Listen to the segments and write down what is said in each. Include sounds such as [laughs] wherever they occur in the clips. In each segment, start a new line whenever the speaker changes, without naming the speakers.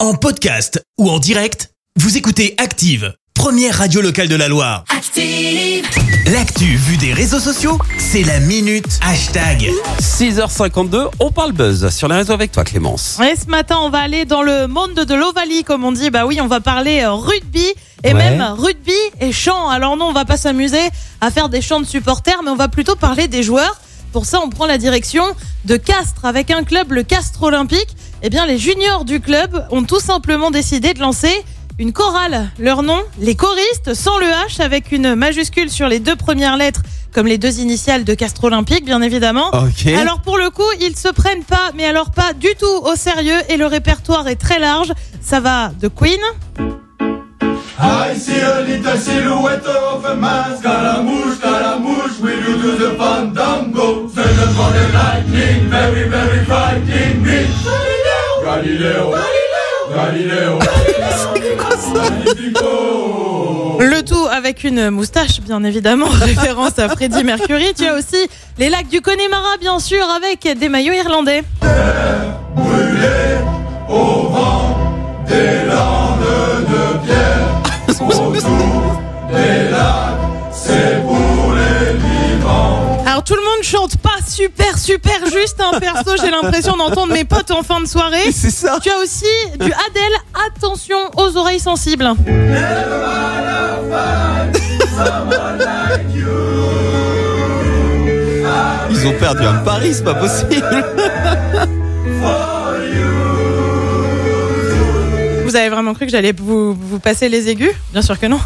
En podcast ou en direct, vous écoutez Active, première radio locale de la Loire.
Active.
L'actu vue des réseaux sociaux, c'est la minute hashtag.
6h52, on parle buzz sur les réseaux avec toi Clémence.
Ouais, ce matin, on va aller dans le monde de l'Ovalie, comme on dit. Bah oui, on va parler euh, rugby et
Ouais.
même rugby et chant. Alors non, on va pas s'amuser à faire des chants de supporters, mais on va plutôt parler des joueurs. Pour ça, on prend la direction de Castres avec un club, le Castres Olympique. Eh bien, les juniors du club ont tout simplement décidé de lancer une chorale. Leur nom, les choristes, sans le H, avec une majuscule sur les deux premières lettres, comme les deux initiales de Castres Olympique, bien évidemment.
Ok.
Alors pour le coup, ils se prennent pas, mais alors pas du tout au sérieux et le répertoire est très large. Ça va de Queen
I see a little silhouette of a man. Scaramouche, Scaramouche, will you do the fandango? Send for the lightning, very, very frightening me. Galileo, Galileo, Galileo, Galileo.
Le tout avec une moustache, bien évidemment, [laughs] référence à Freddie Mercury. Tu as aussi les lacs du Connemara, bien sûr, avec des maillots irlandais.
Brûlé au vent des landes de pierre. Autour des lacs, c'est pour les vivants.
Alors tout le monde chante pas super, super juste. Hein, perso, j'ai l'impression d'entendre mes potes en fin de
[laughs]
soirée.
C'est ça.
Tu as aussi du Adèle, attention aux oreilles sensibles.
Ils ont perdu un pari, c'est pas possible.
Vous avez vraiment cru que j'allais vous, vous passer les aigus Bien sûr que non.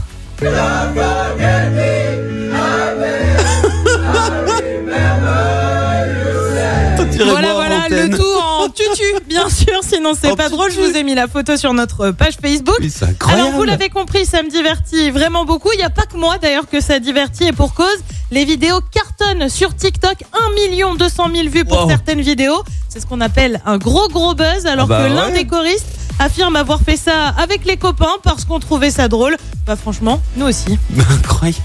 Voilà, voilà, le tout en tutu, bien sûr, sinon c'est
En
pas drôle. Je vous ai mis la photo sur notre page Facebook.
C'est incroyable.
Alors vous l'avez compris, ça me divertit vraiment beaucoup. Il n'y a pas que moi d'ailleurs que ça divertit et pour cause. Les vidéos cartonnent sur TikTok, 1 million 200 000 vues pour
Wow.
certaines vidéos. C'est ce qu'on appelle un gros gros buzz alors
Ah bah
que l'un
ouais.
des choristes affirme avoir fait ça avec les copains parce qu'on trouvait ça drôle. Bah franchement, nous aussi.
Incroyable.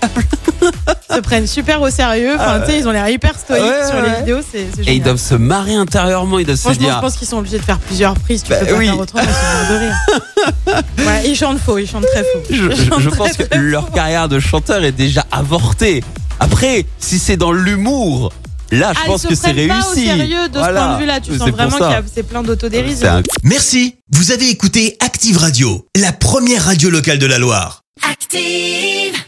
Ils se prennent super au sérieux. Enfin, tu sais, ils ont l'air hyper stoïques
Ah. Ouais,
sur
ouais.
les vidéos. C'est c'est
Et ils
génial.
doivent se marrer intérieurement, ils doivent se
Franchement,
dire.
je pense qu'ils sont obligés de faire plusieurs prises. Tu
Bah
peux pas
oui.
faire autrement, ils sont morts de rire. hein.
[laughs]
Ouais, ils chantent faux, ils chantent très faux.
Je,
Ils chantent
je
très,
pense que
très
leur
[laughs] faux.
carrière de chanteur est déjà avortée. Après, si c'est dans l'humour, là, je
Ah,
pense
ils se
que c'est
prennent
réussi.
pas au sérieux de
Voilà.
ce point de vue-là. Tu
C'est
sens
pour
vraiment
ça.
qu'il y a c'est plein
C'est
d'autodérision.
un
Merci, vous avez écouté Active Radio, la première radio locale de la Loire.
Active.